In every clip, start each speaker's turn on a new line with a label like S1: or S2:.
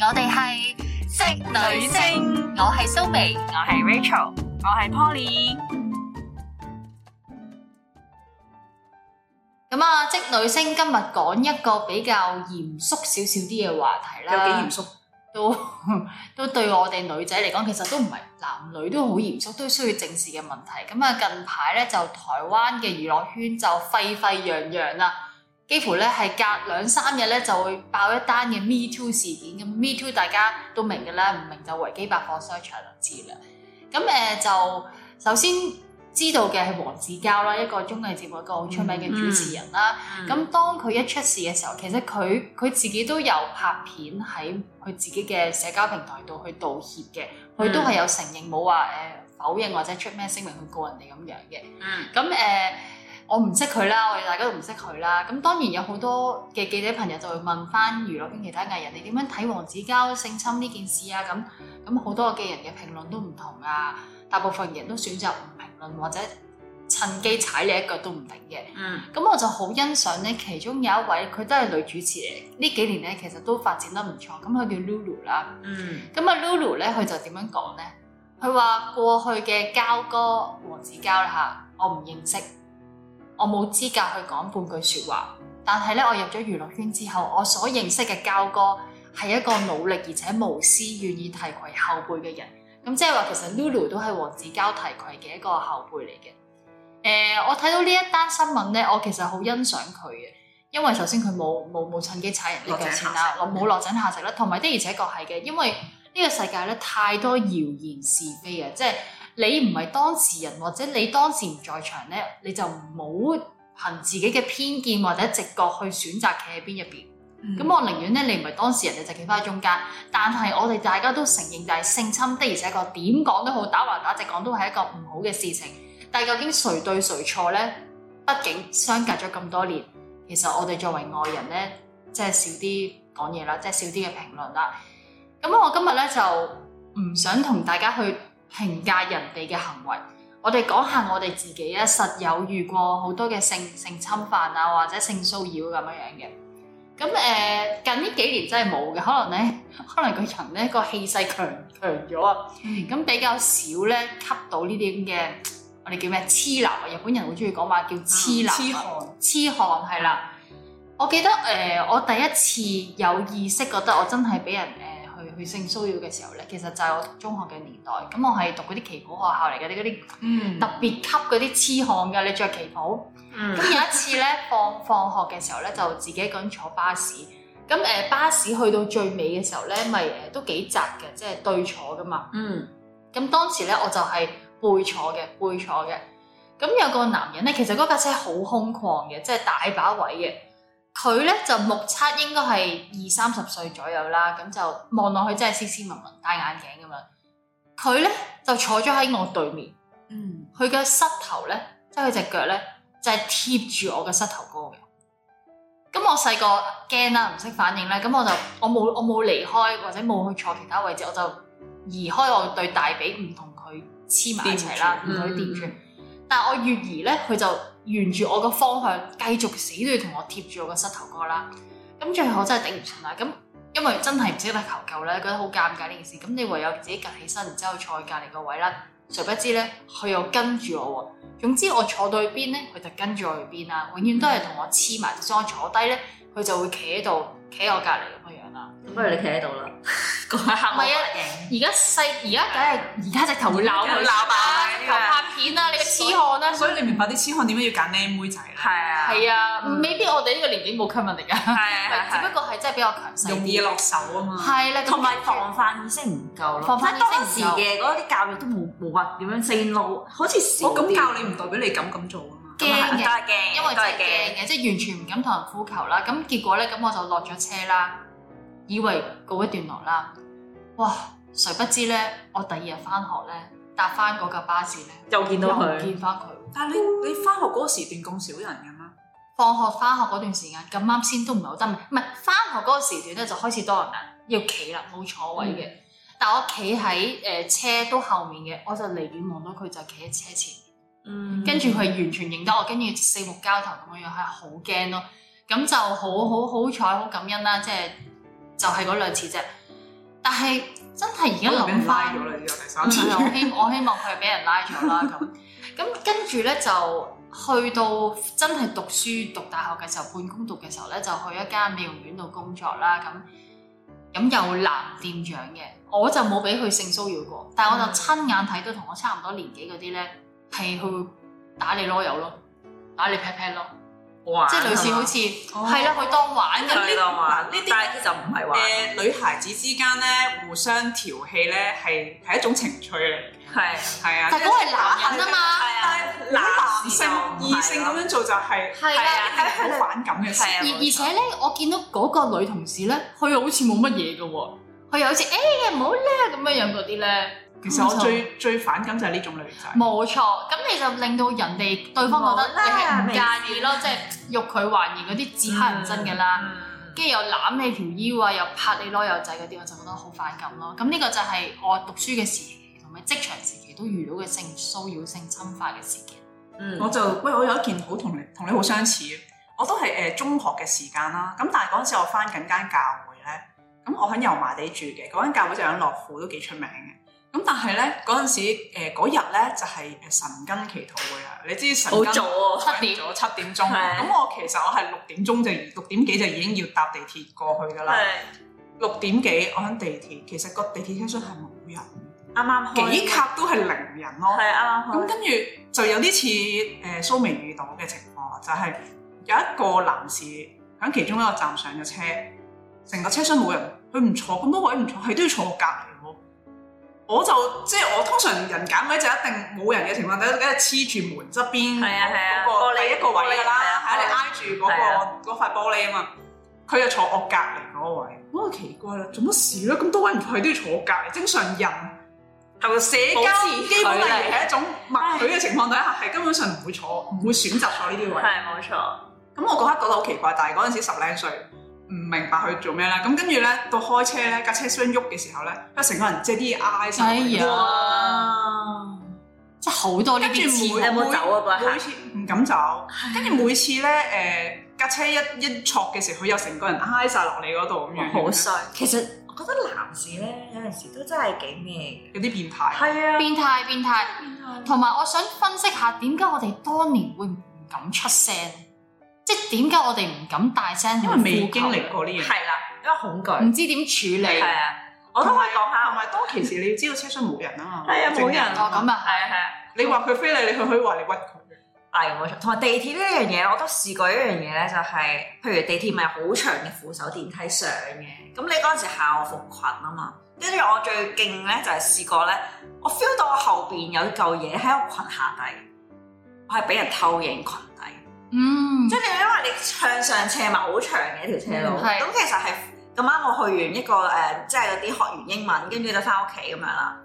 S1: 我哋係職女聲，
S2: 星，
S1: 我係蘇眉，
S2: 我係 Rachel，我係 Poly。
S1: 咁啊職女聲今日講一個比較嚴肅少少啲嘅話題啦，
S2: 有幾嚴肅？
S1: 都 都對我哋女仔嚟講，其實都唔係男女都好嚴肅，都需要正視嘅問題。咁啊，近排咧就台灣嘅娛樂圈就沸沸揚揚啦，幾乎咧係隔兩三日咧就會爆一單嘅 Me Too 事件。咁 Me Too 大家都明嘅啦，唔明就維基百科 search 下就知啦。咁誒、呃就首先知道嘅係黃子佼啦，一個綜藝節目一個好出名嘅主持人啦。
S3: 嗯
S1: 咁、當佢一出事嘅時候，其實佢佢自己都有拍片喺佢自己嘅社交平台度去道歉嘅，佢都係有承認冇話誒否認或者出咩聲明去告人哋咁樣嘅。
S3: Ừ.
S2: 嗯
S1: 咁誒、呃我唔識佢啦，我哋大家都唔識佢啦。咁當然有好多嘅記者朋友就會問翻娛樂圈其他藝人，你點樣睇黃子佼性侵呢件事啊？咁咁好多嘅人嘅評論都唔同啊，大部分人都選擇唔評論或者趁機踩你一腳都唔定嘅。
S3: Ừ.
S2: 嗯
S1: 咁我就好欣賞咧，其中有一位佢都係女主持嚟，呢幾年咧其實都發展得唔錯。咁佢叫 Lulu 啦，
S3: Ừ.
S2: 嗯
S1: 咁啊 Lulu 咧佢就點樣講咧？佢話過去嘅交哥黃子佼啦嚇，我唔認識，我冇資格去講半句説話。但係咧，我入咗娛樂圈之後，我所認識嘅交哥係一個努力而且無私、願意提攜後輩嘅人。咁即係話，其實 Lulu 都係黃子佼提攜嘅一個後輩嚟嘅。誒、我睇到呢一單新聞咧，我其實好欣賞佢嘅，因為首先佢冇冇冇趁機踩人呢腳先啦，
S2: 落井下石
S1: 冇落井下石啦，同埋的而且確係嘅，因為呢個世界咧太多謠言是非啊，即係你唔係當事人或者你當時唔在場咧，你就唔好憑自己嘅偏見或者直覺去選擇企喺邊一邊。
S2: 嗯
S1: 咁、我寧願咧，你唔係當事人，你就企翻喺中間。但係我哋大家都承認，就係性侵的而且確點講都好，打橫打直講都係一個唔好嘅事情。但係究竟誰對誰錯呢？畢竟相隔咗咁多年，其實我哋作為外人呢，即係少啲講嘢啦，即係少啲嘅評論啦。咁我今日呢，就唔想同大家去評價人哋嘅行為，我哋講下我哋自己啊，實有遇過好多嘅性性侵犯啊，或者性騷擾咁樣樣嘅。咁誒、呃近呢幾年真係冇嘅，可能咧， 可能個人咧個氣勢強 強咗啊，咁比較少咧吸到呢啲咁嘅，我哋叫咩黐男啊，日本人好中意講話叫黐男
S2: 痴
S1: 啊，
S2: 漢，
S1: 痴漢係啦。我記得誒、呃我第一次有意識覺得我真係俾人誒、呃去去性騷擾嘅時候咧，其實就係我讀中學嘅年代。咁我係讀嗰啲旗袍學校嚟嘅，你嗰啲
S2: 嗯
S1: 特別級嗰啲痴漢㗎，你着旗袍。
S2: 嗯
S1: 咁有一次咧，放放學嘅時候咧，就自己一個人坐巴士。咁誒、呃巴士去到最尾嘅時候咧，咪呃誒都幾窄嘅，即係對坐噶嘛。
S2: 嗯
S1: 咁當時咧，我就係背坐嘅，背坐嘅。咁有個男人咧，其實嗰架車好空曠嘅，即係大把位嘅。佢咧就目測應該係二三十歲左右啦，咁就望落去真係斯斯文文，戴眼鏡咁樣。佢咧就坐咗喺我對面。
S3: Ừ.
S2: 嗯
S1: 佢嘅膝頭咧，即係佢只腳咧，就係、貼住我嘅膝頭哥嘅。咁我細個驚啦，唔識反應咧，咁我就我冇我冇離開或者冇去坐其他位置，我就移開我對大髀，唔同佢黐埋一齊啦，唔
S2: 掂
S1: 同
S2: 住
S1: 佢掂住
S2: 嗯。
S1: 但係我越移咧，佢就沿住我個方向繼續死都要同我貼住我個膝頭哥啦。咁最後我真係頂唔順啦，咁因為真係唔識得求救咧，覺得好尷尬呢件事。咁你唯有自己趌起身，然之後坐喺隔離個位啦。誰不知咧，佢又跟住我喎。總之我坐到去邊咧，佢就跟住我去邊啦。永遠都係同我黐埋，就算我坐低咧，佢就會企喺度，企喺我隔離咁樣樣啦。
S2: 咁不如你企喺度啦， 嗰一刻
S1: 唔係啊而家細，而家梗係而家直頭會鬧佢
S2: 梗係
S1: 鬧爆啦，
S2: 鬧啊
S1: 直
S2: 㗎
S1: 頭拍片啦，你個痴漢啦。
S4: 所以你明白啲痴漢點解要揀靚妹仔
S2: 係
S4: 啦，
S2: 啊，
S1: 係啊，
S2: 嗯
S1: 未必我哋呢個年紀冇吸引力㗎，
S2: 係
S1: 只
S2: 係
S1: 不過係真係比較強勢
S4: 容易
S1: 啲。
S4: 落手啊嘛。
S1: 係啦，咁
S2: 同埋防範意識唔夠咯，
S1: 防範意識
S2: 即
S1: 唔夠
S2: 係當時嘅嗰啲教育都冇冇話點樣 say no，好似少
S4: 我咁
S2: 啲
S4: 教你唔代表你敢咁做啊嘛。
S1: 驚
S2: 咁係
S1: 嘅
S2: 都係驚，
S1: 因為
S2: 都
S1: 真係
S2: 係
S1: 驚嘅，即係完全唔敢同人呼求啦。咁結果咧，咁我就落咗車啦，以為告一段落啦。哇！誰不知咧，我第二日翻學咧，搭翻嗰架巴士咧，
S2: 又見到
S1: 又
S2: 佢，
S1: 見翻佢。
S4: 但係你你翻學嗰個時段咁少人㗎嘛？
S1: 放學翻學嗰段時間咁啱先都唔係好得，唔係翻學嗰個時段咧就開始多人啦，要企啦，冇坐位
S2: 嗯
S1: 嘅。但我企喺呃誒車都後面嘅，我就離遠望到佢就企喺車前。
S2: 嗯
S1: 跟住佢係完全認得我，跟住四目交投咁樣樣，係好驚咯。咁就好好好彩，好感恩啦，即係就係嗰兩次啫。但係真係而家
S4: 因為俾人
S1: 諗
S4: 拉
S1: 翻
S4: 咗。啦，呢個第
S1: 我
S4: 三
S1: 希
S4: 次。
S1: 我希望佢係俾人拉咗啦咁。 咁跟住咧就去到真係讀書讀大學嘅時候，半工讀嘅時候咧，就去一間美容院度工作啦。咁咁有男店長嘅，我就冇俾佢性騷擾過，但係我就親眼睇到同我差唔多年紀嗰啲咧，係佢會打你囉柚咯，打你 pat pat 咯，
S2: 哇！
S1: 即係類似好似
S4: 哦
S1: 係啦，佢當
S3: 啊
S1: 玩咁。
S2: 係啦嘛，
S4: 呢啲
S2: 但係其實唔係
S4: 誒、
S2: 話
S4: 女孩子之間咧互相調戲咧係係一種情趣嚟嘅，
S2: 係
S4: 係啊。
S1: 但係嗰個係男人啊嘛，
S2: 係啊，
S4: 但係男性異性咁樣做就係
S1: 係
S2: 係
S1: 啦
S2: 啊。
S4: 係好反感嘅事。
S2: 係啊
S1: 而
S2: 冇錯
S1: 而且咧，我見到嗰個女同事咧，佢又好似冇乜嘢嘅喎，佢又好似哎誒唔好咧咁樣樣嗰啲咧，
S4: 其實我最最反感就係呢種女仔。
S1: 冇錯。咁你就令到人哋對方覺得
S2: 冇啦
S1: 你係唔介意咯，即係欲拒還迎嗰啲自黑人憎嘅啦。跟住又攬你條腰啊，又拍你囉柚仔嗰啲，我就覺得好反感咯。咁呢個就係我讀書嘅時期同埋職場時期都遇到嘅性騷擾、性侵犯嘅事件。
S2: 嗯
S4: 我就喂，我有一件好同你同你好相似嘅，我都係誒、中學嘅時間啦。咁但係嗰陣時我翻緊間教會咧，咁我喺油麻地住嘅，嗰間教會就喺樂富，都幾出名嘅。咁但係咧嗰陣時誒嗰日咧就係、誒神根祈禱會啦，啊你知神
S2: 好
S4: 根
S3: 啊
S2: 早啊喎，
S1: 七點
S4: 咗七點鐘，
S2: 係
S4: 咁我其實我係六點鐘就已六點幾就已經要搭地鐵過去㗎啦。
S2: 係
S4: 六點幾我喺地鐵，其實個地鐵車廂係冇
S2: 啱啱
S4: 人，
S2: 開
S4: 幾格都係零人咯。
S2: 係啱啱
S4: 咁
S2: 開
S4: 跟住就有啲似誒蘇明遇到嘅情況啦，就係、有一個男士喺其中一個站上咗車，成個車廂冇人，佢唔坐咁多位唔坐，係都要坐我隔離喎。我就即係我通常人揀位就一定冇人嘅情況底下，梗係黐住門側邊
S2: 係啊係啊
S4: 嗰個
S2: 玻璃
S4: 第一個位
S2: 玻璃
S4: 㗎啦
S2: 係啊，
S4: 係啊
S2: 玻璃
S4: 你挨住
S2: 係
S4: 嗰個嗰塊玻璃啊嘛。佢就坐我隔離嗰個位，我就奇怪啦，做乜事咧？咁多位唔坐，佢都要坐我隔離，正常人。
S2: 係咪社
S4: 社交基本例如係一種默許嘅情況底下，係根本上唔會坐，唔會選擇坐呢啲位。
S2: 係冇錯，
S4: 咁我嗰刻覺得好奇怪，但係嗰陣時十零歲，唔明白佢做咩咧。咁跟住咧，到開車咧，架車廂喐嘅時候咧，因為成個人即係啲嘢挨晒。
S1: 哎呀
S2: 哇！
S1: 即係好多呢
S4: 跟住
S1: 啲
S4: 每
S1: 次
S2: 有冇走啊嗰一下
S4: 每次唔敢走，跟住每次咧誒架車一一挫嘅時候，佢又成個人挨晒落嚟嗰度咁樣，
S2: 好衰，
S3: 其實我覺得男士咧有陣時都真係幾咩嘅。
S4: 有啲變態。
S2: 係啊，
S1: 變態變態。同埋我想分析下點解我哋當年會唔敢出聲，即係點解我哋唔敢大聲去
S4: 因
S1: 呼
S4: 為
S1: 求咧，
S4: 未經歷過呢樣嘢，
S2: 係啦，
S3: 因為恐懼。
S1: 唔知點處理。
S2: 係啊，我都可以講
S4: 同
S2: 下，
S4: 埋當其時你要知道車廂冇人啊嘛，
S2: 係啊冇人
S1: 哦，咁啊
S2: 係啊係啊。
S4: 你話佢非禮你，佢可以話你屈佢。
S3: 係冇錯，同埋地鐵呢樣嘢，我都試過一樣嘢咧，就係、譬如地鐵咪好長嘅扶手電梯上嘅，咁你嗰陣時校服裙啊嘛，跟住我最勁咧就係、試過咧，我 feel 到我後邊有嚿嘢喺我裙下底，我係俾人偷影裙底，
S1: 嗯
S3: 即，係因為你向上斜埋好長嘅一條車路，
S1: 嗯係
S3: 咁、其實係咁啱我去完一個誒、呃即係嗰啲學完英文，跟住就翻屋企咁樣啦。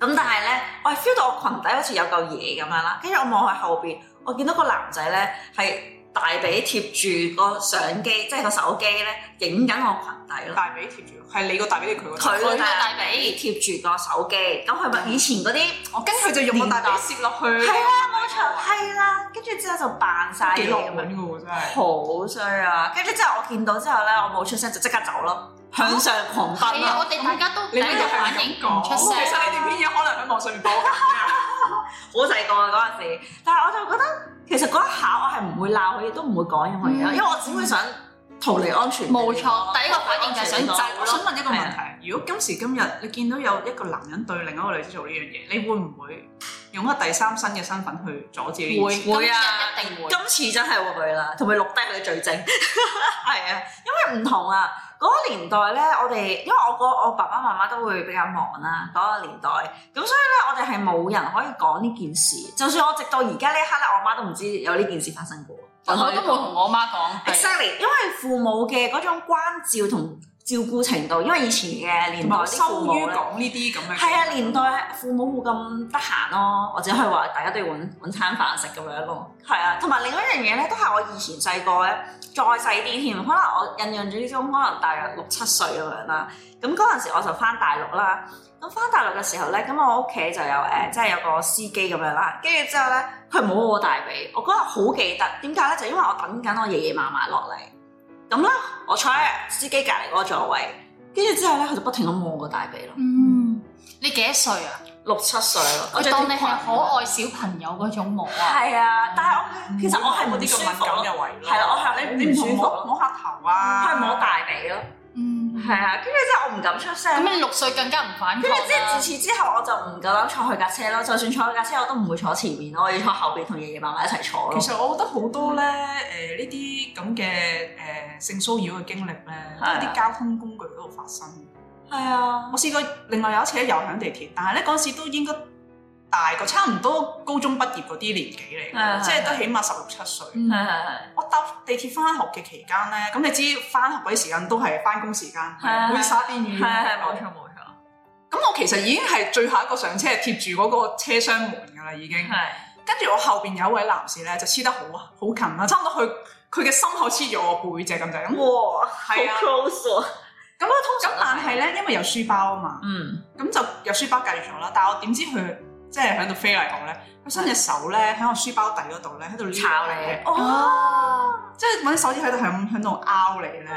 S3: 咁但係咧，我係 feel 到我裙底好似有嚿嘢咁樣啦，跟住我望去後邊，我見到個男仔咧係大髀貼住個相機，即係個手機咧影緊我裙底咯。
S4: 大髀貼住，係你個大髀定佢個大
S3: 佢
S4: 髀？嗯
S3: 個
S1: 佢個大
S3: 大髀貼住個手機，咁佢咪以前嗰啲
S4: 我跟住佢就用個大髀攝落去，
S3: 係啦，冇錯，係啦，跟住之後就扮晒
S4: 幾啊
S3: 嘢
S4: 落
S3: 咁樣
S4: 碗。㗎喎，真係。
S3: 好衰啊！跟住之後我見到之後咧，我冇出聲就即刻走咯，向上狂奔
S1: 係啊，
S3: 咯，
S1: 我哋大家都第
S4: 你
S1: 一
S4: 呢個
S1: 個
S4: 係
S1: 反應唔出
S4: 其實
S1: 聲，
S4: 你段片嘢可能喺網上面播緊㗎
S3: 好細個啊嗰陣時。但係我就覺得其實嗰一下我係唔會鬧佢，亦都唔會講任何嘢咯，
S1: 嗯
S3: 因為我只會想逃離安全地方。
S1: 冇錯。第一個反應就係想走
S4: 但係我想
S1: 咯。
S4: 問一個問題：如果今時今日你見到有一個男人對另一個女仔做呢樣嘢，你會唔會用一個第三身嘅身份去阻止呢件
S1: 會
S4: 事？
S1: 今
S3: 會啊
S1: 日一定會。
S3: 今次真係會啦，同埋錄低佢嘅罪證。 係啊，因為唔同啊。嗰、個年代咧，我哋因為我個我爸爸媽媽都會比較忙啦，嗰、個年代，咁所以咧我哋係冇人可以講呢件事。就算我直到而家呢一刻咧，我媽都唔知有呢件事發生過。啊
S1: 我都冇同我媽講。係
S3: exactly，因為父母嘅嗰種關照同照顧程度，因為以前嘅年代
S4: 同埋我
S3: 啲父
S4: 羞於
S3: 母咧。
S4: 講呢啲咁嘅。
S3: 係啊，年代父母冇咁得閒咯，或者係話大家都要揾揾餐飯食咁樣咯。係啊，同埋另一樣嘢咧，都係我以前細個咧，再細啲添，可能我印象之中可能大約六七歲咁樣啦。咁嗰陣時我就翻大陸啦。咁翻大陸嘅時候咧，咁我屋企就有誒、即係有個司機咁樣啦。跟住之後咧，佢冇我大髀，我嗰日好記得。點解咧？就因為我等緊我爺爺嫲嫲落嚟。咁咧，我坐喺司機隔離嗰個座位。跟住之後咧，佢就不停咁望個大髀咯，
S1: 嗯，你幾多歲啊？
S3: 六七歲咯。
S1: 我當你係可愛小朋友嗰種摸啊，
S3: 係啊，但係我其實我係冇
S4: 冇啲
S3: 啲
S4: 咁
S3: 咁
S4: 敏感嘅位咯。
S3: 係啦，我係
S4: 你你唔同摸
S3: 我
S4: 摸下頭啊，
S3: 係摸大髀咯，
S1: 嗯，
S3: 係啊，跟住之後我唔敢出聲。
S1: 咁你六歲更加唔反抗啊嗯
S3: 跟住即係
S1: 啦
S3: 自。此之後，我就唔夠膽坐佢架車咯。就算坐佢架車，我都唔會坐前面咯，我要坐後邊同爺爺嫲嫲一齊坐咯
S4: 其。實我覺得好多咧，誒呢啲咁嘅誒呃性騷擾嘅經歷咧，都
S3: 係啊
S4: 喺啲交通工具嗰度發生。
S3: 係啊
S4: 我，試過另外有一次咧，又喺地鐵，但係咧嗰陣時都應該大個差唔多高中畢業嗰啲年紀
S3: 係
S4: 嚟嘅，
S3: 係
S4: 即係都起碼十六七歲。
S1: 嗯
S3: 係係係。
S4: 我搭地鐵翻學嘅期間咧，咁你知翻學嗰啲時間都係翻工時間，
S3: 係啊
S4: 會沙甸魚。
S3: 係係冇錯冇錯，
S4: 咁我其實已經係最後一個上車，貼住嗰個車廂門㗎啦，已經。
S3: 係
S4: 跟住我後邊有一位男士咧，就黐得好啊好近啦，差唔多佢佢嘅心口黐住我背脊咁滯。咁我
S3: 哇，
S4: 係啊
S3: 好 close 喎，
S4: 咁啊，通常但係咧，因為有書包啊嘛，
S3: 嗯，
S4: 咁就有書包隔住咗啦。但係我點知佢即係喺度非禮我咧？佢伸隻手咧喺我書包底嗰度咧，喺度撩
S3: 炒你，哦，
S1: 哦，
S4: 即係揾手指喺度係咁喺度拗你咧。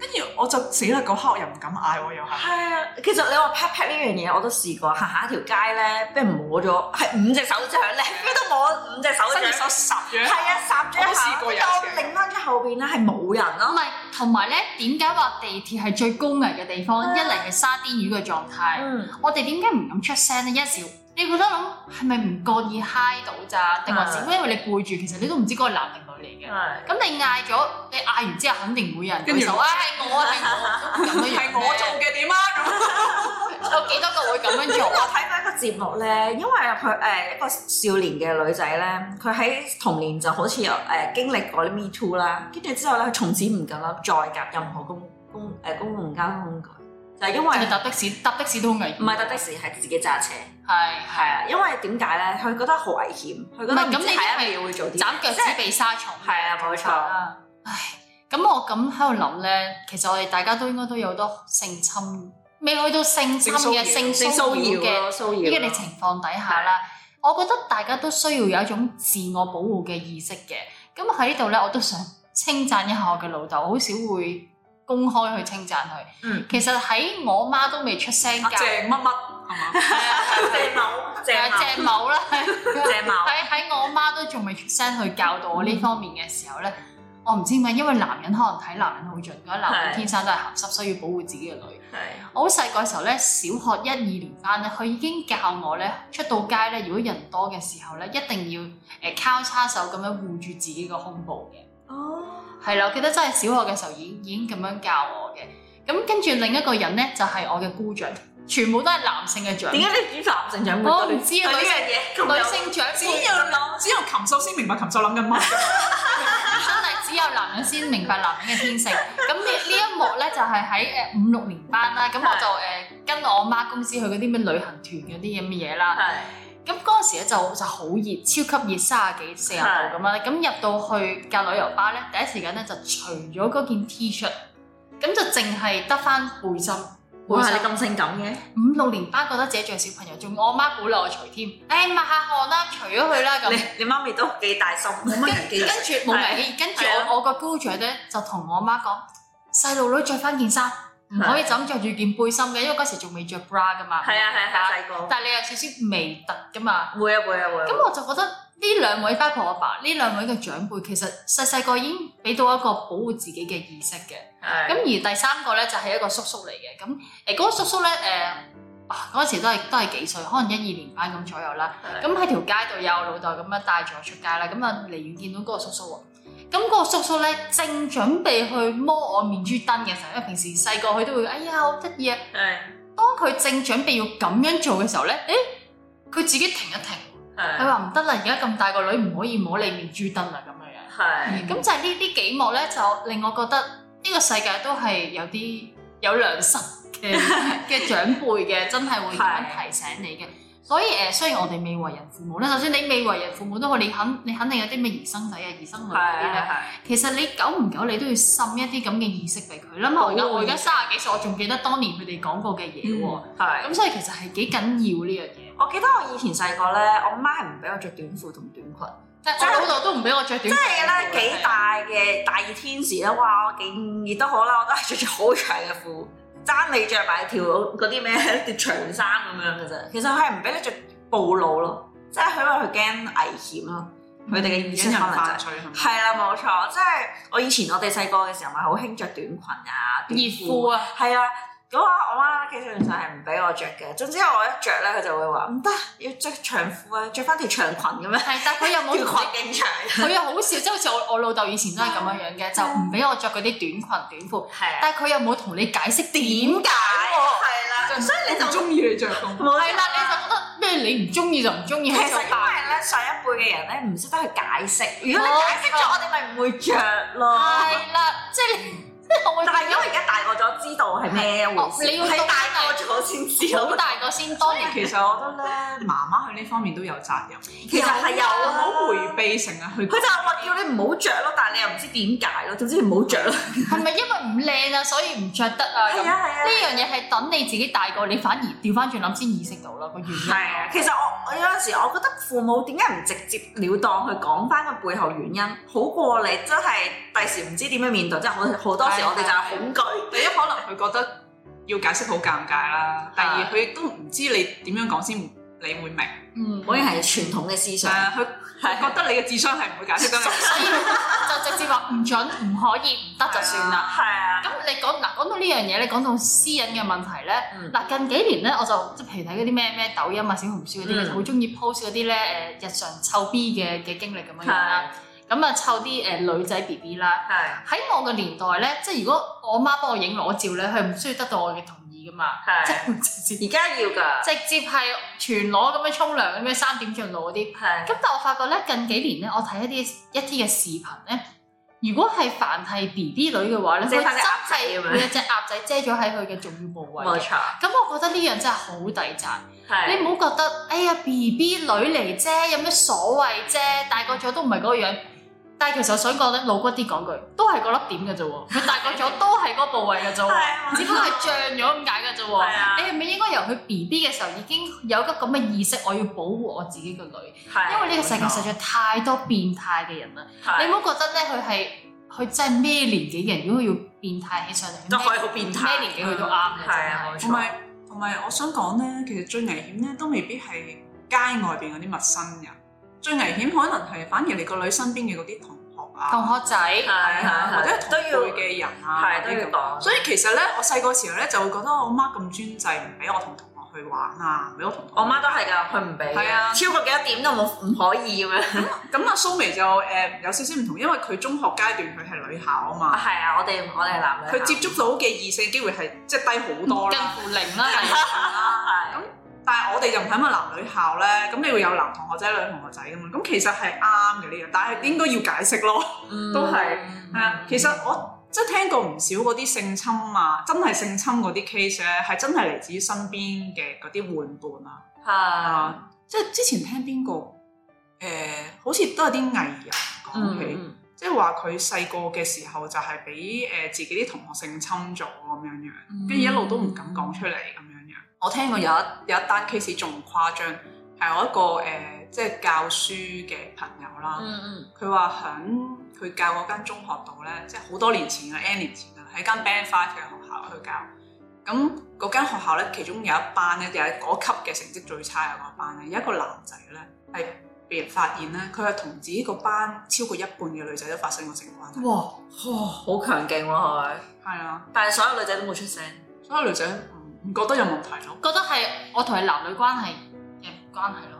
S4: 跟住我就死啦！嗰刻我又唔敢嗌喎，又係。
S3: 係啊，其實你話 pat pat 呢樣嘢我都試 過，行下一條街咧，俾人摸咗，係五隻手掌，你 喺邊度摸五隻手
S4: 伸隻手
S3: 掌？
S4: 十樣，
S3: 係啊，霎咗
S4: 我
S3: 一
S4: 都試
S3: 下，
S4: 過有
S3: 我擰翻出後邊咧係冇人
S1: 唔
S3: 咯，
S1: 係，同埋咧，點解話地鐵係最高危嘅地方？
S3: 啊
S1: 一嚟係沙甸魚嘅狀態，
S3: 嗯，
S1: 我哋點解唔敢出聲咧？一時你覺得諗係咪唔覺意嗨到咋？定還是
S3: 嗯
S1: 因為你背住，其實你都唔知嗰個係男定女嚟嘅。
S3: 係，
S1: 咁你嗌咗，你嗌完之後肯定會有人舉手啊！係我啊，係我咁樣樣
S4: 係我做嘅點啊？ 咁
S1: 做，有幾多個會咁樣做
S3: 我
S1: 啊？
S3: 睇過一個節目咧，因為佢誒、一個少年嘅女仔咧，佢喺童年就好似有誒、經歷過啲 Me Too 啦，跟住之後咧，佢從此唔敢啦再搭任何公公誒、公共交通工具，就係、因為
S1: 你搭的士，搭的士都好危險。
S3: 唔係搭的士，係自己揸車，
S1: 係
S3: 係啊，因為點解咧？佢覺得好危險，佢覺
S1: 唔
S3: 得
S1: 係
S3: 唔
S1: 咁
S3: 知
S1: 你
S3: 下
S1: 係
S3: 一秒會做啲
S1: 斬腳
S3: 即係
S1: 趾避沙蟲。
S3: 係啊，冇錯，
S1: 啊，唉，咁我咁喺度諗咧，其實我哋大家都應該都有好多性侵，未去到性侵嘅性
S3: 性
S4: 性
S1: 騷擾
S3: 騷擾
S1: 嘅
S3: 咯，騷擾
S1: 呢
S3: 啊
S1: 個嘅情況底下啦，我覺得大家都需要有一種自我保護嘅意識嘅。咁喺呢度咧，我都想稱讚一下我嘅老豆，好少會公開去稱讚佢。
S3: 嗯，啊
S1: 其實喺我媽都未出聲
S4: 阿
S1: 㗎，
S4: 鄭乜乜係嘛？
S1: 鄭
S3: 謝某謝某
S1: 某 啦，係
S3: 謝某
S1: 喺喺我媽都仲未出聲去教導我呢方面嘅時候咧，
S3: 嗯
S1: 我唔知點解，因為男人可能睇男人好準，覺得男人
S3: 係
S1: 天生都係鹹濕，所以要保護自己嘅女。
S3: 係
S1: 我好細個嘅時候咧，小學一二年班咧，佢已經教我咧，出到街咧，如果人多嘅時候咧，一定要誒、呃交叉手咁樣護住自己個胸部嘅。
S3: 哦，
S1: 係啦，我記得真係小學嘅時候已經已經咁樣教我嘅。咁跟住另一個人咧，就係、我嘅姑丈，全部都係男性嘅長輩
S3: 點解你啲男性長輩
S1: 我
S3: 對
S1: 唔知啊
S3: 對呢
S1: 女性
S3: 樣嘢咁
S1: 女
S3: 有啊
S1: 性長
S4: 只
S1: 輩
S4: 有諗，只有禽獸先明白禽獸諗 緊乜。
S1: 真係只有男人先明白男人嘅天性。咁呢呢一幕咧就係喺誒五六年班啦，咁我就誒、跟我媽公司去嗰啲咩旅行團嗰啲咁嘅嘢啦。
S3: 係。
S1: 咁嗰陣時咧就就好熱，超級熱，三十幾四十度咁樣咧。咁入到去架旅遊巴咧，第一時間咧就除咗嗰件 T 恤，咁就淨係得翻背心。背
S3: 哇！
S1: 心
S3: 你咁性感嘅，
S1: 五六年班覺得自己仲係小朋友，仲我媽鼓勵我除添，誒抹下汗啦，除咗佢啦咁。
S3: 你你媽咪都幾大心，冇乜人
S1: 跟
S3: 記
S1: 跟
S3: 得。
S1: 住冇危險，跟住
S3: 係啊
S1: 我我個姑丈咧就同我媽講：細路女着翻件衫，唔可以就咁着住件背心嘅，因為嗰時仲未着 bra 噶嘛。
S3: 係啊係啊係細個。
S1: 但係你有少少微突噶嘛，
S3: 會啊會啊會啊。
S1: 咁我就覺得呢兩位包括我爸呢兩位嘅長輩，其實細細個已經俾到一個保護自己嘅意識嘅。咁
S3: 咁
S1: 而第三個咧就係一個叔叔嚟嘅，咁誒嗰個叔叔咧誒啊嗰陣時都係都係幾歲，可能一二年班咁左右啦。咁喺條街度有我老豆咁樣帶住我出街啦，咁啊離遠見到嗰個叔叔喎，咁、嗰個叔叔咧正準備去摸我面珠燈嘅時候，因為平時細個佢都會哎呀好得意啊，
S3: 係
S1: 當佢正準備要咁樣做嘅時候咧，誒佢自己停一停，佢
S3: 係
S1: 話唔得啦，而家咁大個女唔可以摸你面珠燈啦咁樣樣，
S3: 係
S1: 咁就係呢啲幾幕咧就令我覺得呢個世界都係有啲有良心 嘅嘅長輩嘅，真係會咁樣提醒你嘅。所以誒、呃雖然我哋未為人父母咧，就算你未為人父母都好，你肯你肯定有啲咩兒生仔啊、兒生女嗰啲咧，
S3: 係
S1: 其實你久唔久你都要滲一啲咁嘅意識俾佢啦。我而家
S3: 哦
S1: 我而家三十幾歲，我仲記得當年佢哋講過嘅嘢喎。咁、
S3: 係。
S1: 所以其實係幾緊要呢樣嘢，
S3: 我記得我以前細個咧，我媽係唔俾我着短褲同短裙，
S1: 即係我老豆都唔俾我着短
S3: 真
S1: 褲。
S3: 係咧
S1: 啊
S3: 幾大嘅大熱天時咧，哇！我勁熱都好啦，我都係着住好長嘅褲爭你着埋條嗰啲咩條長衫咁樣嘅啫。其實佢係唔俾你着暴露咯，即係佢話佢驚危險咯。
S1: 嗯
S3: 佢哋嘅意識
S4: 引人
S3: 可能就
S4: 犯
S3: 係
S4: 罪係咪？
S3: 係啦，冇錯，即係我以前我哋細個嘅時候咪好興着短裙啊、
S1: 熱
S3: 短
S1: 褲啊，
S3: 係啊，咁啊，我媽基本上係唔俾我着嘅。總之我一着咧，佢就會話唔得，要着長褲啊，着翻條長裙咁樣，
S1: 係，但係佢又
S3: 條
S1: 冇同
S3: 裙勁嗯長。
S1: 你，佢又好笑，即係好似我我老豆以前都係咁樣樣嘅，就唔俾我着嗰啲短裙短褲，
S3: 係啊，
S1: 但係佢又冇同你解釋點解喎。
S3: 係啦，所以你
S4: 我唔
S3: 就
S4: 中意你着咁。
S3: 冇
S1: 係啦，你就覺得咩你唔中意就唔中意，
S3: 啊其實因為
S1: 就扮
S3: 咧上一輩嘅人咧唔識得去解釋，如果你解釋咗，我哋咪唔會着咯。
S1: 係啦，即係你即係我 會
S3: 但係因為而家大個咗，知道係咩回
S1: 哦
S3: 事，
S1: 你要
S3: 係大個咗先知道
S1: 好。大個先當年
S4: 其實我覺得咧，媽媽喺呢方面都有責任，
S3: 其實係有
S4: 唔
S3: 啊，
S4: 好迴避成日去
S3: 佢就係話叫你唔好着咯，但係你又唔知點解咯，總之唔好着咯。
S1: 係咪因為唔靚啊，所以唔着得啊？咁
S3: 係
S1: 呢
S3: 啊係啊。
S1: 樣嘢係等你自己大個，你反而調翻轉諗先意識到啦個原因。
S3: 係啊，其實我我有陣時我覺得父母點解唔直接了當去講翻個背後原因，好過你真係第時唔知點樣面對，即係好好多時我哋就係恐懼。
S4: 第一可能佢覺得要解釋好尷尬啦，
S3: 啊
S4: 第二佢亦都唔知你點樣講先你會明，
S1: 嗯，
S3: 果然係傳統嘅思
S4: 誒
S3: 想，
S4: 佢
S3: 係
S4: 覺得你嘅智商係唔會解釋得 明。
S1: 啊就直接話唔準、唔可以、唔得就算啦。
S3: 係啊，
S1: 咁你講嗱講到呢樣嘢咧，講到私隱嘅問題咧，
S3: 嗯
S1: 嗱、近幾年咧，我就即係譬如睇嗰啲咩咩抖音啊、小紅書嗰啲咧，
S3: 嗯
S1: 就好中意 post 嗰啲咧誒日常湊 B 嘅嘅經歷咁樣樣啦。咁啊湊啲誒女仔 B B 啦。
S3: 係啊
S1: 喺我嘅年代咧，即係如果我媽幫我影裸照咧，佢唔需要得到我嘅同意噶嘛，即
S3: 係，啊
S1: 係直接
S3: 而家要㗎，
S1: 直接係全裸咁樣沖涼咁樣三點進露嗰啲。
S3: 係
S1: 咁但係我發覺咧，近幾年咧，我睇一啲一啲嘅視頻咧，如果係凡係 B B 女嘅話咧，佢
S3: 遮
S1: 真
S3: 返隻鴨仔
S1: 係
S3: 咁樣
S1: 會有隻鴨仔遮咗喺佢嘅重要部位
S3: 冇
S1: 嘅。
S3: 錯，
S1: 咁我覺得呢樣真係好抵讚，
S3: 係
S1: 你唔好覺得，哎呀 B B 女嚟啫，有咩所謂啫？大個咗都唔係嗰個樣。但係其實我想講咧，老骨啲講句，都係嗰粒點嘅啫喎，佢大個咗都係嗰部位嘅啫喎，
S3: 啊
S1: 只不過係脹咗咁解嘅啫
S3: 係
S1: 喎。
S3: 啊，
S1: 你係咪應該由佢 B B 嘅時候已經有一個咁嘅意識，我要保護我自己個女？因為呢個世界實在太多變態嘅人啦，你
S3: 係
S1: 唔好覺得咧佢係佢真係咩年紀嘅人，如果佢要變態起上嚟，
S3: 都可以好變態
S1: 咩年紀佢都啱嘅，
S3: 係啊冇
S1: 真
S3: 錯
S4: 同埋同埋，我想講咧，其實最危險咧都未必係街外邊嗰啲陌生人，最危險可能係反而你個女身邊嘅嗰啲同學
S1: 係
S4: 啊，
S1: 同學仔
S3: 係係
S4: 或者係
S3: 都
S4: 同
S3: 要
S4: 輩嘅人啊，
S3: 係都
S4: 嗰啲
S3: 要
S4: 咁
S3: 講，
S4: 所以其實咧，我細個時候咧就會覺得我媽咁專制，唔俾我同同學去玩啊，唔俾我同同學
S3: 我媽都係㗎，佢唔俾
S4: 係啊
S3: 嘅，超過幾多點都冇唔可以咁樣。
S4: 咁啊，蘇眉就誒、有少少唔同，因為佢中學階段佢係女校啊
S3: 啊，
S4: 嘛，
S3: 係啊，我哋我哋係男女校，
S4: 佢接觸到嘅異性機會係即係低好多
S3: 嗯
S1: 近
S4: 啦。
S1: 乎零啦，係
S3: 係
S4: 但係我哋就唔係因為男女校咧，咁你會有男同學仔、女同學仔噶嘛，咁其實係啱嘅呢樣，但係應該要解釋咯。
S3: 嗯
S4: 都係係啊，其實我即係聽過唔少嗰啲性侵啊，真係性侵嗰啲 case 咧，係真係嚟自於身邊嘅嗰啲玩伴啊。
S3: 係
S4: 啊，即係之前聽邊個誒，好似都係啲藝人講起。
S3: 嗯
S4: 即係話佢細個嘅時候就係俾誒自己啲同學性侵咗咁樣樣，
S1: 嗯
S4: 跟住一路都唔敢講出嚟咁樣樣。我聽過有一有一單 case 仲誇張，係我一個誒、呃即係教書嘅朋友啦，
S3: 嗯
S4: 佢話響佢教嗰間中學度咧，即係好多年前啊，N 年前啊，喺間 Band Five 嘅學校去教。咁嗰間學校咧，其中有一班咧，就係嗰級嘅成績最差嘅嗰班咧，有一個男仔咧係被人發現咧，佢係同自己個班超過一半嘅女仔都發生過性關係。
S3: 哇哇哦好強勁喎佢，
S4: 係啊，
S3: 但係所有女仔都冇出聲，
S4: 所以女仔唔唔覺得有問題咯。
S1: 覺得係我同佢男女關係嘅關係咯，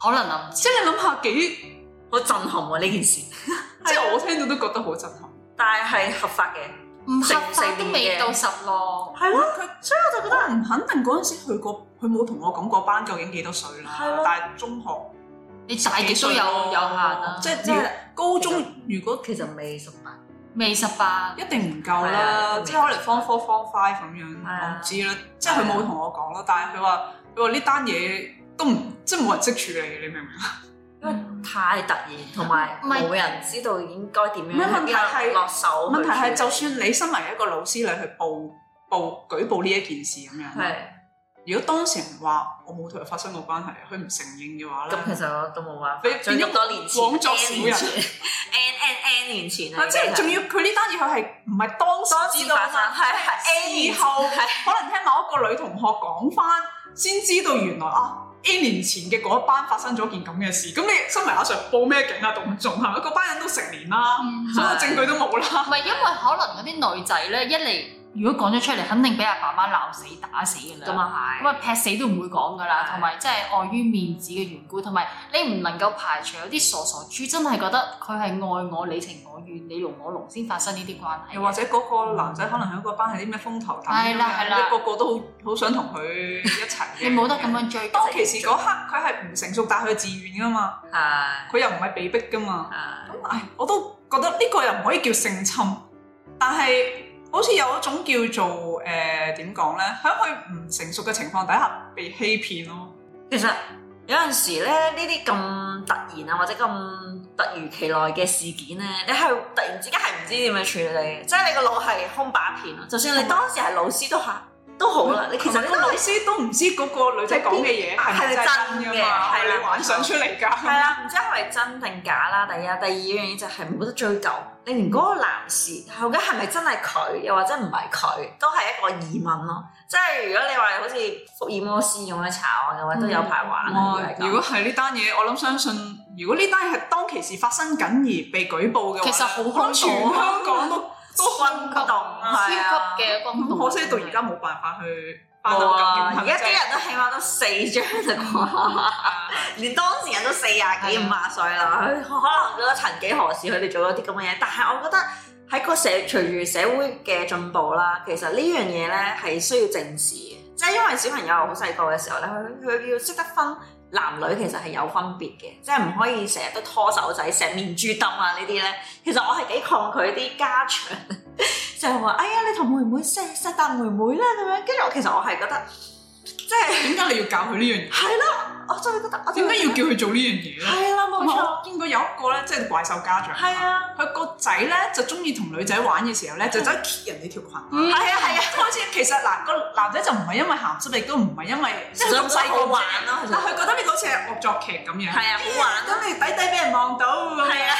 S1: 可能啊，唔知
S4: 即係你諗下幾，
S3: 好震撼喎呢件事， 啊
S4: 即係我聽到都覺得好震撼。
S3: 但係係合法嘅，
S1: 唔合
S3: 成
S1: 法
S3: 成
S1: 都
S3: 年
S1: 未
S3: 嘅
S1: 到十咯，
S4: 係咯，佢所以我就覺得唔肯定嗰陣時去過，佢冇同我講嗰班究竟幾多歲
S3: 係
S4: 啦
S3: 咯。
S4: 但係中學
S1: 你大極都有有限啊啦，
S4: 哦即係即
S3: 即
S4: 係
S3: 係
S4: 高中，如果
S3: 其實未十八，
S1: 未十八，
S4: 一定唔夠
S3: 係啊
S4: 啦，即係可能 form four、form five 咁樣，
S3: 係啊
S4: 我唔知啦。即係佢冇同我講啦，但係佢話佢話呢單嘢都唔即係冇人識處理，你明唔明啊？
S3: 因為
S1: 嗯
S3: 太突然同埋
S1: 唔係
S3: 冇人知道應該點
S4: 唔係問
S3: 樣
S4: 題係
S3: 落手去
S4: 問題係，
S3: 處
S4: 就算你身為一個老師，你去報報舉報呢一件事咁樣
S3: 理，
S4: 啦，
S3: 係
S4: 如果當事人話我冇同佢發生過關係，佢唔承認嘅話咧，
S3: 咁其實我都冇話，
S4: 你變
S3: 最
S4: 咗
S3: 咁多年前
S4: 枉作小
S3: N
S4: 人
S3: 年前，N N N 年前
S4: 啊即係仲
S3: 要
S4: 要佢呢單嘢佢係唔係當
S3: 當
S4: 時
S3: 時
S4: 知道
S3: 發
S4: 啊
S3: 生，
S4: 嘛？
S3: 係係 N 年
S4: 事後
S3: 係
S4: 可能聽某一個女同學講翻，先知道原來啊 A 年前嘅嗰一班發生咗件咁嘅事。咁你身為阿 Sir 報咩警啊？仲仲係咪？嗰班人都成年啦，
S1: 嗯
S4: 所有證據都冇啦。
S1: 唔係因為可能嗰啲女仔咧，一嚟如果講咗出嚟，肯定俾阿爸媽鬧死打死㗎啦。
S3: 咁啊
S1: 咁啊劈死都唔會講噶啦，
S3: 係
S1: 同埋即係礙於面子嘅緣故，同埋你唔能夠排除有啲傻傻豬真係覺得佢係愛我你情我願你龍我龍先發生呢啲關係。
S4: 又或者嗰個男仔可能喺嗰班係啲咩風頭躉，
S1: 係啦係啦
S4: 啊即係個個都好好想同佢一齊嘅。
S1: 你冇得咁。樣追，
S4: 當其時嗰刻，佢係唔成熟，但係佢自願噶嘛，
S3: 係係
S4: 佢又唔係被逼噶嘛。
S3: 係
S4: 咁唉，我都覺得呢個又唔可以叫性侵，但係好似有一種叫做誒點講咧，喺佢唔成熟嘅情況底下被欺騙咯。
S3: 其實有陣時咧，呢啲咁突然啊，或者咁突如其來嘅事件咧，你係突然之間係唔知點樣處理，即係你個腦係空白一片咯。就算你當時係老師都嚇都好啦，你其實
S4: 同埋
S3: 你
S4: 個
S3: 都
S4: 老
S3: 係
S4: 師都唔知嗰個女仔講嘅嘢係
S3: 係
S4: 咪真
S3: 真
S4: 㗎
S3: 嘅
S4: 嘛，
S3: 係啦
S4: 係你幻想出
S3: 係
S4: 嚟㗎。
S3: 啦，唔知係咪真定假啦。第一、第二樣嘢就係冇得追究，你連嗰個男士究竟係咪真係佢，又或者唔係佢，都係一個疑問咯。即係如果你話好似福爾摩斯咁樣查案嘅話，都有排玩啊。
S4: 哇！嗯如果係呢單嘢，我諗相信，如果呢單嘢係當其時發生緊而被舉報嘅
S1: 其
S4: 話，
S1: 實好
S4: 我諗全
S1: 轟動
S4: 香港都都轟啊
S3: 轟動啊
S1: 超
S3: 係啊
S1: 級嘅轟動。
S4: 咁可惜到而家冇辦法去翻到
S3: 冇啊！
S4: 咁
S3: 而家啲人都起碼都四張啦啩，連當事人都四廿幾五廿歲啦。佢可能覺得曾幾何時佢哋做咗啲咁嘅嘢，但係我覺得喺個社隨住社會嘅進步啦，其實呢樣嘢咧係需要正視嘅，即係因為小朋友好細個嘅時候咧，佢佢要識得分。男女其實係有分別嘅，即係唔可以成日都拖手仔、成面珠燈啊呢啲咧。其實我係幾抗拒啲家長 就係話：哎呀，你同妹妹錫錫但妹妹啦咁樣。跟住我其實我係覺得，即係
S4: 點解你要教佢呢樣嘢？
S3: 係啦，我真係覺得我
S4: 點解要叫佢做呢樣嘢 咧？
S3: 係啦冇錯，
S4: 我見過有一個咧，即係怪獸家長。
S3: 係啊
S4: 佢個仔咧就中意同女仔玩嘅時候咧，就走去揭人哋條裙。
S1: 嗯
S3: 係啊係啊，
S4: 開始其實嗱個男仔就唔係因為鹹濕，亦都唔係因為即係咁細個
S3: 玩
S4: 玩，
S3: 咯，
S4: 但佢覺得呢個好似係惡作劇咁樣。
S3: 係啊好玩咯，
S4: 咁你底底俾人望到咁樣，
S3: 係啊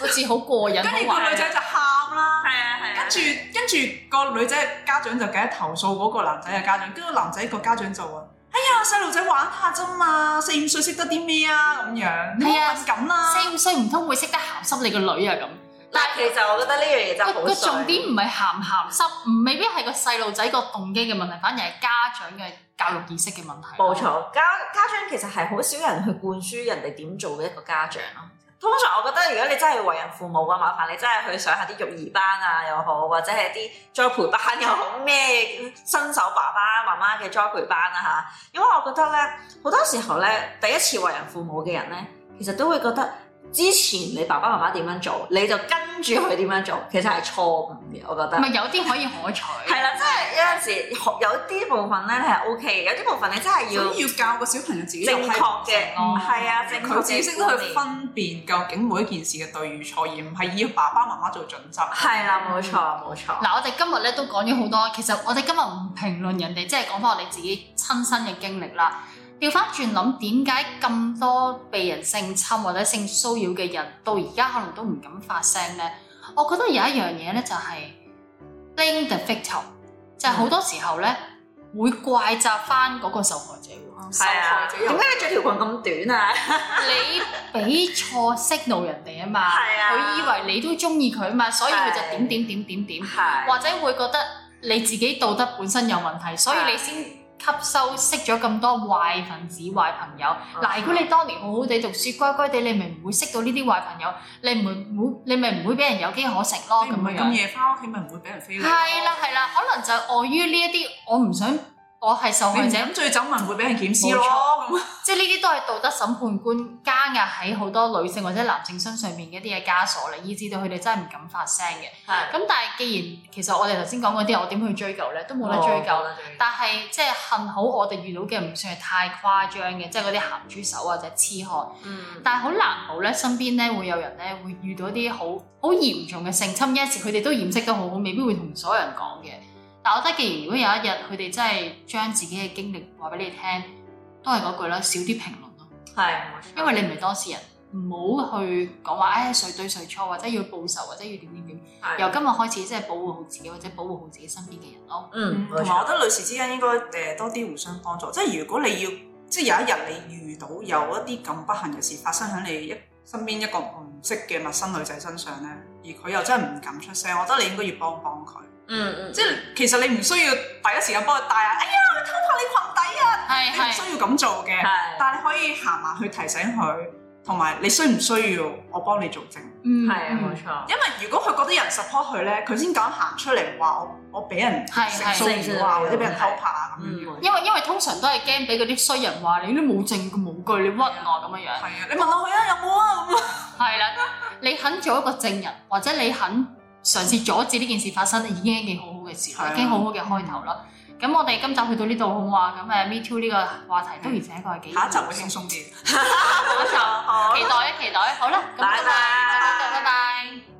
S1: 好似好過癮，
S4: 跟住
S1: 好啊
S4: 個
S1: 玩
S4: 女仔就喊啦。
S3: 係啊係啊，
S4: 跟住跟住個女仔嘅家長就梗係投訴嗰個男仔嘅家長，跟住個男仔個家長就話：哎呀，細路仔玩下啫嘛，四五歲識得啲咩啊咁樣，你唔好敏感啊啦。
S1: 四五歲唔通會識得鹹濕你個女啊咁。
S3: 但係其實我覺得呢樣嘢真係
S1: 個
S3: 好
S1: 個
S3: 衰
S1: 重點唔係鹹唔鹹濕，唔未必係個細路仔個動機嘅問題，反而係家長嘅教育意識嘅問題。
S3: 冇錯，家家長其實係好少人去灌輸人哋點做嘅一個家長咯。通常我覺得，如果你真係為人父母啊嘅，麻煩你真係去上下啲育兒班啊又好，或者係啲栽培班又好，咩新手爸爸媽媽嘅栽培班啊嚇。因為我覺得咧，好多時候咧，第一次為人父母嘅人咧，其實都會覺得之前你爸爸媽媽點樣做，你就跟住佢點樣做，其實係錯誤嘅，我覺得
S1: 唔。係有啲可以可 取。
S3: 係啦，即係有陣時學有啲部分咧係 O K 嘅，有啲部分你真係要
S4: 所以要教個小朋友自己
S3: 正確嘅，
S1: 咯
S3: 係啊，正確嘅
S4: 佢自己識得去分辨究竟每一件事嘅對與錯，而唔係以爸爸媽媽做準則。
S3: 係啦，冇錯冇錯，
S1: 嗱，我哋今日咧都講咗好多，其實我哋今日唔評論人哋，即係講翻我哋自己親身嘅經歷啦。調翻轉諗，點解咁多被人性侵或者性騷擾嘅人，到而家可能都唔敢發聲呢？我覺得有一樣嘢咧，就係 blame the victim，就係好多時候咧會怪責翻嗰個受害者喎。
S3: 係啊，
S4: 受害者
S3: 點
S4: 有
S3: 解你着條裙咁短啊？
S1: 你俾錯 signal 人哋啊嘛，
S3: 係啊
S1: 佢以為你都中意佢啊嘛，所以佢就
S3: 係
S1: 點點點點點，
S3: 啊係
S1: 或者會覺得你自己道德本身有問題，所以你先吸收識咗咁多壞分子、壞朋友。
S4: 嗯
S1: 嗱，如果你當年好好地讀書，乖乖地，你咪唔會識到呢啲壞朋友，你唔會唔會，你咪唔會俾人有機可乘咯
S4: 你
S1: 咁
S4: 唔係
S1: 樣
S4: 咁
S1: 樣。
S4: 夜翻屋企，咪唔會俾人飛。
S1: 係啦，係啦，可能就礙於呢一啲，我唔想我係受
S4: 你
S1: 害
S4: 唔
S1: 者，
S4: 飲醉酒咪唔會俾人檢視
S1: 冇
S4: 咯。咁
S1: 即係呢啲都係道德審判官加壓喺好多女性或者男性身上面嘅一啲嘅枷鎖啦，以至到佢哋真係唔敢發聲嘅。
S3: 係
S1: 咁但係既然其實我哋頭先講嗰啲，我點去追究咧？都冇得追究。
S3: 啦，
S1: 但係即係幸好我哋遇到嘅唔算係太誇張嘅，即係嗰啲鹹豬手或者痴漢。
S3: 嗯
S1: 但係好難保咧，身邊咧會有人咧會遇到啲好好嚴重嘅性侵，有陣時佢哋都掩飾得好好，未必會同所有人講嘅。但我覺得，既然如果有一日佢哋真係將自己嘅經歷話俾你聽，都係嗰句啦，少啲評論咯，
S3: 係，
S1: 因為你唔係當事人，唔好去講話誒誰對誰錯，或者要報仇，或者要點點點。
S3: 係
S1: 由今日開始，即係保護好自己，或者保護好自己身邊嘅人咯。
S3: 嗯，
S4: 同埋我覺得女士之間應該誒多啲互相幫助，即係如果你要，即係有一日你遇到有一啲咁不幸嘅事發生喺你一身邊一個唔識嘅陌生女仔身上咧，而佢又真係唔敢出聲，我覺得你應該要幫幫佢。
S3: 嗯嗯，
S4: 即係其實你唔需要第一時間幫佢帶啊，哎呀，我偷拍你裙底啊，
S1: 係
S4: 你唔
S1: 係
S4: 需要咁做嘅，
S3: 係
S4: 但係你可以行埋去提醒佢，同埋你需唔需要我幫你做證？
S1: 嗯
S3: 係啊，
S1: 嗯
S3: 冇錯。
S4: 因為如果佢覺得有人 support 佢咧，佢先敢行出嚟話我我俾人
S1: 係
S4: 性
S1: 係
S4: 騷擾啊，或者俾人偷拍啊咁樣。
S3: 嗯，
S1: 因為因為通常都係驚俾嗰啲衰人話你都冇證據冇據，你屈我咁樣樣。
S4: 係啊，你問下佢啊，有冇啊咁啊？
S1: 係啦，你肯做一個證人，或者你肯嘗試阻止呢件事發生，已經係一件好好嘅事
S4: 係
S1: 啦，
S4: 啊
S1: 已經好好嘅開頭啦。咁我哋今集去到呢度好唔好啊？咁誒 Me Too 呢個話題都而且確係幾
S4: 下一集會輕鬆啲。
S1: 下一集
S3: 好
S1: 期待啊期待啊，好啦，咁
S3: 拜拜
S1: 拜拜拜拜。